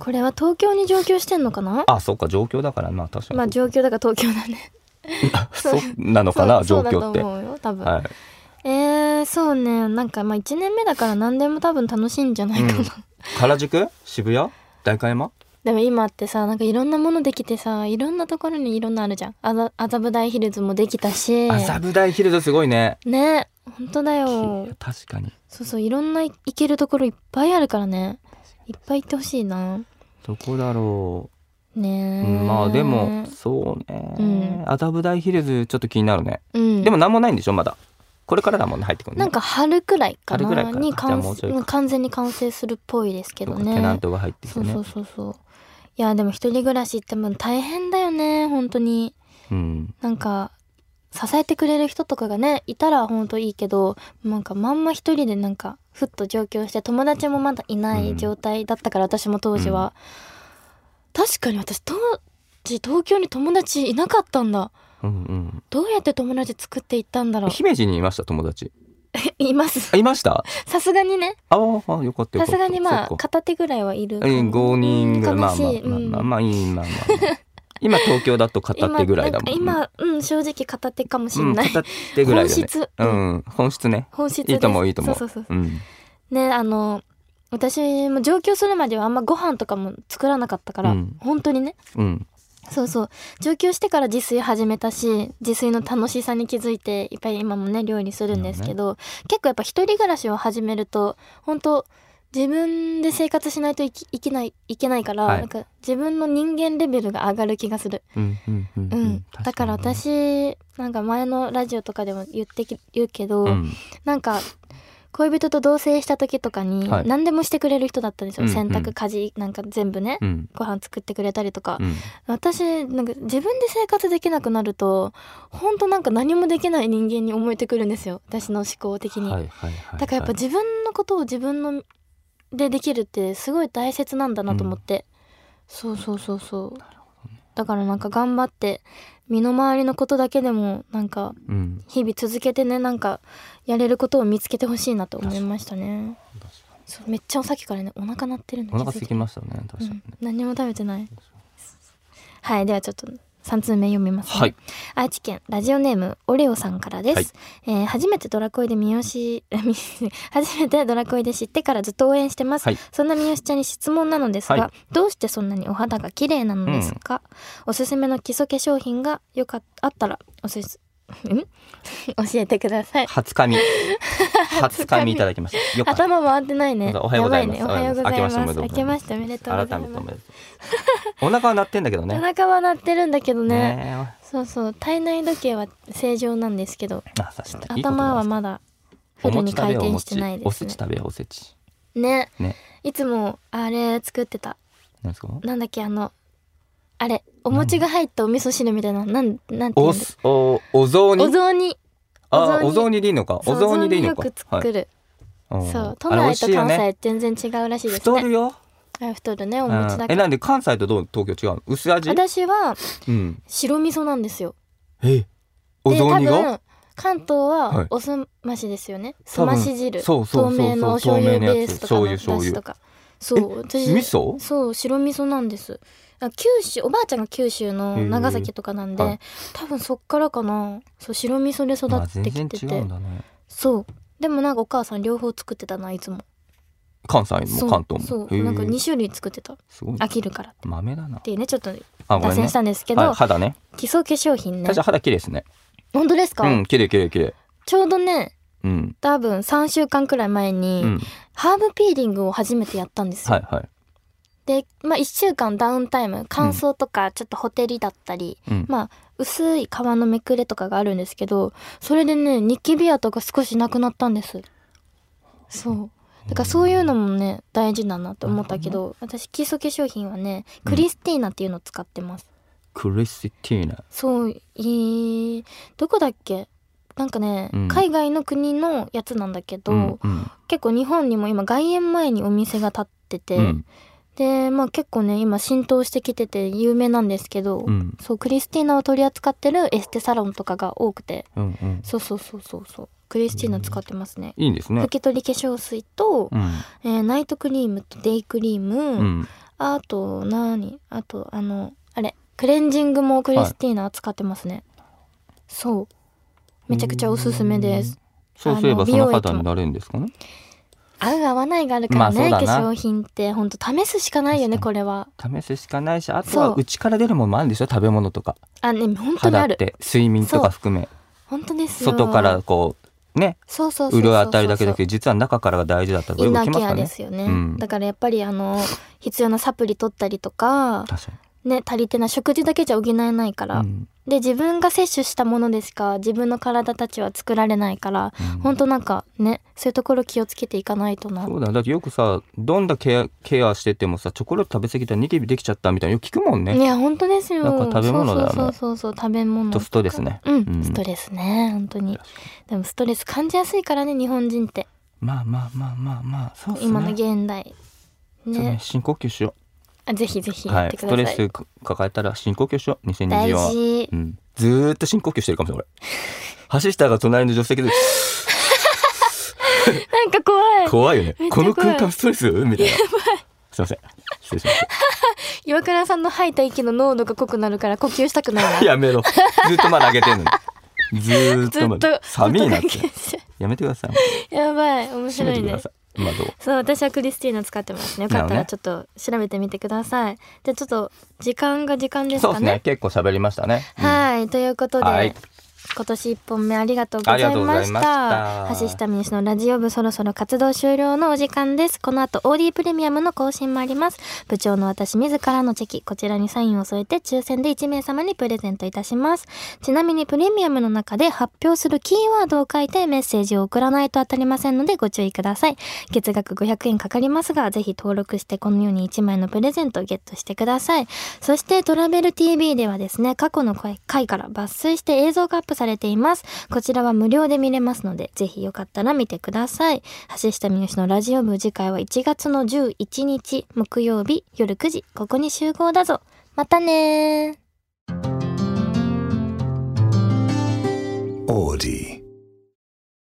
[SPEAKER 2] これは東京に上京してんのかな
[SPEAKER 3] あそっか上京だからまあ確かに、
[SPEAKER 2] まあ上京だから東京だね
[SPEAKER 3] そうな のかな
[SPEAKER 2] そ
[SPEAKER 3] 上
[SPEAKER 2] うそう
[SPEAKER 3] 京
[SPEAKER 2] だ
[SPEAKER 3] っ
[SPEAKER 2] と
[SPEAKER 3] て、
[SPEAKER 2] 思うよ多分、
[SPEAKER 3] はい、
[SPEAKER 2] えー、そうねなんかまあ1年目だから何でも多分楽しいんじゃないかな、
[SPEAKER 3] うん原宿渋谷代官山
[SPEAKER 2] でも今ってさなんかいろんなものできてさいろんなところにいろんなあるじゃんあざ麻布台ヒルズもできたし
[SPEAKER 3] 麻布台ヒルズすごいね
[SPEAKER 2] ね本当だよ
[SPEAKER 3] 確かに
[SPEAKER 2] そうそういろんな行けるところいっぱいあるからねいっぱい行ってほしいな
[SPEAKER 3] どこだろう、
[SPEAKER 2] ね
[SPEAKER 3] うん
[SPEAKER 2] え
[SPEAKER 3] まあでもそう
[SPEAKER 2] うん
[SPEAKER 3] ね麻布台ヒルズちょっと気になるね、
[SPEAKER 2] うん
[SPEAKER 3] でも何もないんでしょまだこれからだもんね入ってくるね
[SPEAKER 2] なんか春くらいかな
[SPEAKER 3] 春くらいかな
[SPEAKER 2] に完
[SPEAKER 3] じゃあもうちょいか
[SPEAKER 2] うん完全に完成するっぽいですけ
[SPEAKER 3] そ
[SPEAKER 2] ど
[SPEAKER 3] うか
[SPEAKER 2] ね
[SPEAKER 3] テナントが入ってきて
[SPEAKER 2] そ
[SPEAKER 3] ね
[SPEAKER 2] うそうそうそういやでも一人暮らしってもう大変だよね本当に
[SPEAKER 3] うん、
[SPEAKER 2] なんか支えてくれる人とかがねいたらほんといいけどなんかまんま一人でなんかふっと上京して友達もまだいな
[SPEAKER 3] うん
[SPEAKER 2] い状態だったから、私も当時は、確かに私当時東京に友達いなかったんだ
[SPEAKER 3] うん
[SPEAKER 2] どうやって友達作っていったんだ
[SPEAKER 3] う
[SPEAKER 2] ろ
[SPEAKER 3] ん
[SPEAKER 2] う
[SPEAKER 3] 姫路にいました友達
[SPEAKER 2] います
[SPEAKER 3] あいました
[SPEAKER 2] さすがにね
[SPEAKER 3] あああよかったよかった
[SPEAKER 2] さすがにまあ
[SPEAKER 3] そっか
[SPEAKER 2] 片手ぐらいはいる
[SPEAKER 3] えー5人ぐらいまあ
[SPEAKER 2] 悲し
[SPEAKER 3] まあ
[SPEAKER 2] い
[SPEAKER 3] まあまあ
[SPEAKER 2] うん
[SPEAKER 3] まあいいまあまあまあ今東京だと片手ぐらいだもんね
[SPEAKER 2] 今なんか今うん正直片手かもし
[SPEAKER 3] うんん
[SPEAKER 2] ない、
[SPEAKER 3] 片手ぐらいだね
[SPEAKER 2] 本質
[SPEAKER 3] うん本質ね
[SPEAKER 2] 本質です
[SPEAKER 3] いいと思ういいと思う
[SPEAKER 2] そうそうそう
[SPEAKER 3] うん
[SPEAKER 2] ねあの私も上京するまではあんまご飯とかも作らなかったから、
[SPEAKER 3] うん
[SPEAKER 2] 本当にね
[SPEAKER 3] うん
[SPEAKER 2] そうそう上京してから自炊始めたし自炊の楽しさに気づいていっぱい今もね料理するんですけど、結構やっぱ一人暮らしを始めると本当自分で生活しないといきいけないいけないから、
[SPEAKER 3] はい
[SPEAKER 2] なんか自分の人間レベルが上がる気がする
[SPEAKER 3] うんうんうんう
[SPEAKER 2] うん、
[SPEAKER 3] ん
[SPEAKER 2] だから
[SPEAKER 3] 確にね
[SPEAKER 2] 私なんか前のラジオとかでも言ってき言うけど、
[SPEAKER 3] うん
[SPEAKER 2] なんか恋人と同棲した時とかに
[SPEAKER 3] はい
[SPEAKER 2] 何でもしてくれる人だったんですよ、
[SPEAKER 3] うんうん
[SPEAKER 2] 洗濯家事なんか全部ね、
[SPEAKER 3] うん
[SPEAKER 2] ご飯作ってくれたりとか、
[SPEAKER 3] うん
[SPEAKER 2] 私なんか自分で生活できなくなるとほんとなんか何もできない人間に思えてくるんですよ私の思考的に、
[SPEAKER 3] はいはいはい
[SPEAKER 2] だからやっぱ自分のことを自分のでできるってすごい大切なんだなと思って、そうそうそうそうだからなんか頑張って身の回りのことだけでもなんか
[SPEAKER 3] うん
[SPEAKER 2] 日々続けてねなんかやれることを見つけてほしいなと思いましたね
[SPEAKER 3] 確か
[SPEAKER 2] そうめっちゃさっきからねお腹鳴ってるの
[SPEAKER 3] にお腹空
[SPEAKER 2] 気づい
[SPEAKER 3] きましたね確か
[SPEAKER 2] う
[SPEAKER 3] にね
[SPEAKER 2] ん、何も食べてないはいではちょっと3通目読みますね、
[SPEAKER 3] はい
[SPEAKER 2] 愛知県ラジオネームオレオさんからです、
[SPEAKER 3] はい
[SPEAKER 2] えー初めてドラコイで三好 初めてドラコイで知ってからずっと応援してます、
[SPEAKER 3] はい
[SPEAKER 2] そんな三好ちゃんに質問なのですが、
[SPEAKER 3] は
[SPEAKER 2] どうしてそんなにお肌が綺麗なのですか、おすすめの基礎化粧品がよかっあったらおす すん教えてください
[SPEAKER 3] 初噛み初噛みいただきましたよかった
[SPEAKER 2] 頭回ってないね。
[SPEAKER 3] おはようございます
[SPEAKER 2] やばねおはようございます。
[SPEAKER 3] 明
[SPEAKER 2] 明
[SPEAKER 3] け
[SPEAKER 2] け
[SPEAKER 3] ま
[SPEAKER 2] ま
[SPEAKER 3] し
[SPEAKER 2] してて
[SPEAKER 3] お
[SPEAKER 2] お
[SPEAKER 3] め
[SPEAKER 2] め
[SPEAKER 3] で
[SPEAKER 2] で
[SPEAKER 3] と
[SPEAKER 2] と
[SPEAKER 3] う
[SPEAKER 2] う
[SPEAKER 3] ご
[SPEAKER 2] ご
[SPEAKER 3] ざ
[SPEAKER 2] ざ
[SPEAKER 3] い
[SPEAKER 2] い
[SPEAKER 3] ます
[SPEAKER 2] ます。
[SPEAKER 3] お腹は鳴ってんだけど
[SPEAKER 2] 田
[SPEAKER 3] ね
[SPEAKER 2] 中は鳴ってるんだけどね
[SPEAKER 3] ね
[SPEAKER 2] そうそう体内時計は正常なんですけど
[SPEAKER 3] えあ確かにいいこと
[SPEAKER 2] 頭
[SPEAKER 3] なんで
[SPEAKER 2] は
[SPEAKER 3] す
[SPEAKER 2] まだフ
[SPEAKER 3] お
[SPEAKER 2] ル
[SPEAKER 3] 餅
[SPEAKER 2] に
[SPEAKER 3] 食べ
[SPEAKER 2] 回
[SPEAKER 3] ようお
[SPEAKER 2] 転して
[SPEAKER 3] 餅
[SPEAKER 2] ない
[SPEAKER 3] お
[SPEAKER 2] です
[SPEAKER 3] せち
[SPEAKER 2] ね
[SPEAKER 3] 食べようおせち
[SPEAKER 2] ね
[SPEAKER 3] ね
[SPEAKER 2] いつもあれ作ってた
[SPEAKER 3] なんですか
[SPEAKER 2] なんだっけあのあれお餅が入ったお味噌汁みたいななんなんてい
[SPEAKER 3] お
[SPEAKER 2] うんだ
[SPEAKER 3] すおお雑煮
[SPEAKER 2] お雑煮
[SPEAKER 3] あお
[SPEAKER 2] お雑煮
[SPEAKER 3] 雑煮でいいのかお雑煮でいいのか
[SPEAKER 2] そうお雑煮よく作
[SPEAKER 3] はい
[SPEAKER 2] る、そ
[SPEAKER 3] ん
[SPEAKER 2] う都
[SPEAKER 3] あれ美
[SPEAKER 2] 内
[SPEAKER 3] 味し
[SPEAKER 2] と
[SPEAKER 3] いよ
[SPEAKER 2] 関
[SPEAKER 3] ね
[SPEAKER 2] 西全然違うらしいです
[SPEAKER 3] 太る
[SPEAKER 2] ね
[SPEAKER 3] よ
[SPEAKER 2] あ太るね
[SPEAKER 3] う
[SPEAKER 2] お
[SPEAKER 3] ん
[SPEAKER 2] 餅だ
[SPEAKER 3] え
[SPEAKER 2] けど
[SPEAKER 3] なんで関西とどう東京違うの薄味
[SPEAKER 2] 私は
[SPEAKER 3] うん
[SPEAKER 2] 白味噌なんですよ
[SPEAKER 3] えお
[SPEAKER 2] で
[SPEAKER 3] 雑
[SPEAKER 2] 多
[SPEAKER 3] 煮が
[SPEAKER 2] 分関東
[SPEAKER 3] はい
[SPEAKER 2] はおすましですよね、すまし汁
[SPEAKER 3] そうそうそうそう
[SPEAKER 2] 透明のお醤油ベースとか
[SPEAKER 3] 透
[SPEAKER 2] の
[SPEAKER 3] 明のやつ醤油
[SPEAKER 2] だしとかそう私
[SPEAKER 3] 味噌
[SPEAKER 2] そう白味噌なんですあ九州おばあちゃんが九州の長崎とかなんで、
[SPEAKER 3] へーはい
[SPEAKER 2] 多分そっからかなそう白味噌で
[SPEAKER 3] まあ
[SPEAKER 2] 育
[SPEAKER 3] 全
[SPEAKER 2] って
[SPEAKER 3] 然
[SPEAKER 2] きて
[SPEAKER 3] 違
[SPEAKER 2] て、
[SPEAKER 3] うんだね
[SPEAKER 2] そうでもなんかお母さん両方作ってたないつも
[SPEAKER 3] 関西
[SPEAKER 2] そ
[SPEAKER 3] も
[SPEAKER 2] う
[SPEAKER 3] 関東
[SPEAKER 2] そ
[SPEAKER 3] も
[SPEAKER 2] う
[SPEAKER 3] へえ
[SPEAKER 2] なんか2種類作ってた
[SPEAKER 3] すごい
[SPEAKER 2] 飽きるからっ
[SPEAKER 3] 豆だな
[SPEAKER 2] ていうねちょっと
[SPEAKER 3] あご
[SPEAKER 2] 脱
[SPEAKER 3] めんね
[SPEAKER 2] 線したんですけど、
[SPEAKER 3] はい肌ね
[SPEAKER 2] 基礎化粧品ね
[SPEAKER 3] 確かに肌綺麗ですね
[SPEAKER 2] 本当ですか、
[SPEAKER 3] うん綺麗綺麗綺麗
[SPEAKER 2] ちょうどね
[SPEAKER 3] うん
[SPEAKER 2] 多分3週間くらい前に、
[SPEAKER 3] うん
[SPEAKER 2] ハーブピーリングを初めてやったんですよ、
[SPEAKER 3] はいはい
[SPEAKER 2] で、まあ、1週間ダウンタイム乾燥とかちょっとほてりだったり、
[SPEAKER 3] うん
[SPEAKER 2] まあ薄い皮のめくれとかがあるんですけどそれでねニキビ跡が少しなくなったんですそうだからそういうのもね大事だなと思ったけど私基礎化粧品はねクリスティーナっていうのを使ってます、
[SPEAKER 3] クリスティーナ
[SPEAKER 2] そういいどこだっけなんかね、
[SPEAKER 3] うん
[SPEAKER 2] 海外の国のやつなんだけど、
[SPEAKER 3] うんうん
[SPEAKER 2] 結構日本にも今外苑前にお店が建ってて、
[SPEAKER 3] うん
[SPEAKER 2] でまあ結構ね今浸透してきてて有名なんですけど、
[SPEAKER 3] うん
[SPEAKER 2] そうクリスティーナを取り扱ってるエステサロンとかが多くて
[SPEAKER 3] うんうん
[SPEAKER 2] そうそうそうそうそうクリスティーナ使ってますね、
[SPEAKER 3] いいんですね
[SPEAKER 2] 拭き取り化粧水と、
[SPEAKER 3] うん
[SPEAKER 2] えーナイトクリームとデイクリーム、
[SPEAKER 3] うん
[SPEAKER 2] あと何あとあのあれクレンジングもクリスティーナ使ってますね、そうめちゃくちゃおすすめです
[SPEAKER 3] そうすれば
[SPEAKER 2] あの
[SPEAKER 3] そ
[SPEAKER 2] 美容
[SPEAKER 3] の
[SPEAKER 2] 液も
[SPEAKER 3] 肌になれるんですかね
[SPEAKER 2] 合う合わないがあるからね、
[SPEAKER 3] まあそう
[SPEAKER 2] 化
[SPEAKER 3] だな
[SPEAKER 2] 粧品ってほんと試すしかないよね
[SPEAKER 3] 確
[SPEAKER 2] これは
[SPEAKER 3] 試すしかないしあと
[SPEAKER 2] そ
[SPEAKER 3] は
[SPEAKER 2] う
[SPEAKER 3] うちから出るものもあるんでしょ食べ物とか
[SPEAKER 2] あね本当に
[SPEAKER 3] 肌
[SPEAKER 2] あ
[SPEAKER 3] っ
[SPEAKER 2] る
[SPEAKER 3] て睡眠とか含め
[SPEAKER 2] 本当ですよ
[SPEAKER 3] 外からこうね
[SPEAKER 2] そうそうそうそうそ
[SPEAKER 3] 潤
[SPEAKER 2] う
[SPEAKER 3] い与えるだけだけど実は中からが大事だったらこ
[SPEAKER 2] イ
[SPEAKER 3] れ
[SPEAKER 2] ン
[SPEAKER 3] も
[SPEAKER 2] ナ
[SPEAKER 3] き
[SPEAKER 2] ー
[SPEAKER 3] ます
[SPEAKER 2] ケ
[SPEAKER 3] か
[SPEAKER 2] アで
[SPEAKER 3] ね
[SPEAKER 2] すよね、
[SPEAKER 3] うん
[SPEAKER 2] だからやっぱりあの必要なサプリ取ったりとか
[SPEAKER 3] 確かに
[SPEAKER 2] ね、足りてない。食事だけじゃ補えないから。
[SPEAKER 3] うん
[SPEAKER 2] で、自分が摂取したものでしか自分の体たちは作られないから、
[SPEAKER 3] うん
[SPEAKER 2] ほんとなんかね、そういうところ気をつけていかないとな。
[SPEAKER 3] そうだねだってよくさどんだけケアケアしててもさチョコレート食べ過ぎたらニキビできちゃったみたいなのよく聞くもんね
[SPEAKER 2] いや、ほんとですよ。
[SPEAKER 3] なんか食べ物だよね
[SPEAKER 2] そうそうそうそう、食べ
[SPEAKER 3] ちょっ
[SPEAKER 2] 物
[SPEAKER 3] と。ストレスね、
[SPEAKER 2] うん、
[SPEAKER 3] うん
[SPEAKER 2] ストレスね、本当に
[SPEAKER 3] 確。
[SPEAKER 2] でもストレス感じやすいからね、日本人って。
[SPEAKER 3] まあまあまあまあまあそうっすね
[SPEAKER 2] 今の現代。
[SPEAKER 3] ちょっとね
[SPEAKER 2] ね。
[SPEAKER 3] 深呼吸しよ
[SPEAKER 2] あぜひぜひ
[SPEAKER 3] う、
[SPEAKER 2] や
[SPEAKER 3] は
[SPEAKER 2] っ
[SPEAKER 3] い
[SPEAKER 2] て、く
[SPEAKER 3] ス
[SPEAKER 2] ださ
[SPEAKER 3] ト
[SPEAKER 2] い。
[SPEAKER 3] レス抱えたら深呼吸しよう2024
[SPEAKER 2] 大
[SPEAKER 3] は
[SPEAKER 2] 事
[SPEAKER 3] う。ん、ずーっと深呼吸してるかもしれない 俺橋下が隣の助手席で
[SPEAKER 2] なんか怖
[SPEAKER 3] 怖
[SPEAKER 2] い。
[SPEAKER 3] いよね
[SPEAKER 2] めっちゃ
[SPEAKER 3] こ
[SPEAKER 2] 怖い
[SPEAKER 3] の空間ストレスみたいなすいません失礼しまし
[SPEAKER 2] 岩倉さんの吐いた息の濃度が濃くなるから呼吸したくない
[SPEAKER 3] た
[SPEAKER 2] な。
[SPEAKER 3] やめろずーっとまだ上げてんのにずーっ
[SPEAKER 2] ずっ
[SPEAKER 3] とまだ
[SPEAKER 2] と。
[SPEAKER 3] 寒いなって
[SPEAKER 2] ずっと呼吸しちゃ
[SPEAKER 3] やめてくださいう
[SPEAKER 2] やばい、面
[SPEAKER 3] 閉
[SPEAKER 2] 白
[SPEAKER 3] めて
[SPEAKER 2] い
[SPEAKER 3] くだ
[SPEAKER 2] ね。
[SPEAKER 3] さい窓を
[SPEAKER 2] そう、私はクリスティーナ使ってますね。よかった
[SPEAKER 3] なるほどね
[SPEAKER 2] らちょっと調べてみてください。じゃあちょっと時間が時間です
[SPEAKER 3] そう
[SPEAKER 2] か
[SPEAKER 3] で
[SPEAKER 2] ね。
[SPEAKER 3] すね結構喋りましたね
[SPEAKER 2] はい、ということで、
[SPEAKER 3] はい
[SPEAKER 2] 今年一本目ありがとうござい
[SPEAKER 3] ありがとうご
[SPEAKER 2] ま
[SPEAKER 3] ざい
[SPEAKER 2] し
[SPEAKER 3] ま
[SPEAKER 2] た。
[SPEAKER 3] した
[SPEAKER 2] 橋下美由紀のラジオ部そろそろ活動終了のお時間です。この後 OD プレミアムの更新もあります。部長の私自らのチェキ、こちらにサインを添えて抽選で1名様にプレゼントいたします。ちなみにプレミアムの中で発表するキーワードを書いてメッセージを送らないと当たりませんのでご注意ください。月額500円かかりますが、ぜひ登録してこのように1枚のプレゼントをゲットしてください。そしてトラベル TV ではですね、過去の回回から抜粋して映像がアップされています。こちらは無料で見れますので、ぜひよかったら見てください。橋下美由紀のラジオ部次回は1月の11日木曜日夜9時、ここに集合だぞ。またねー。
[SPEAKER 1] Audi.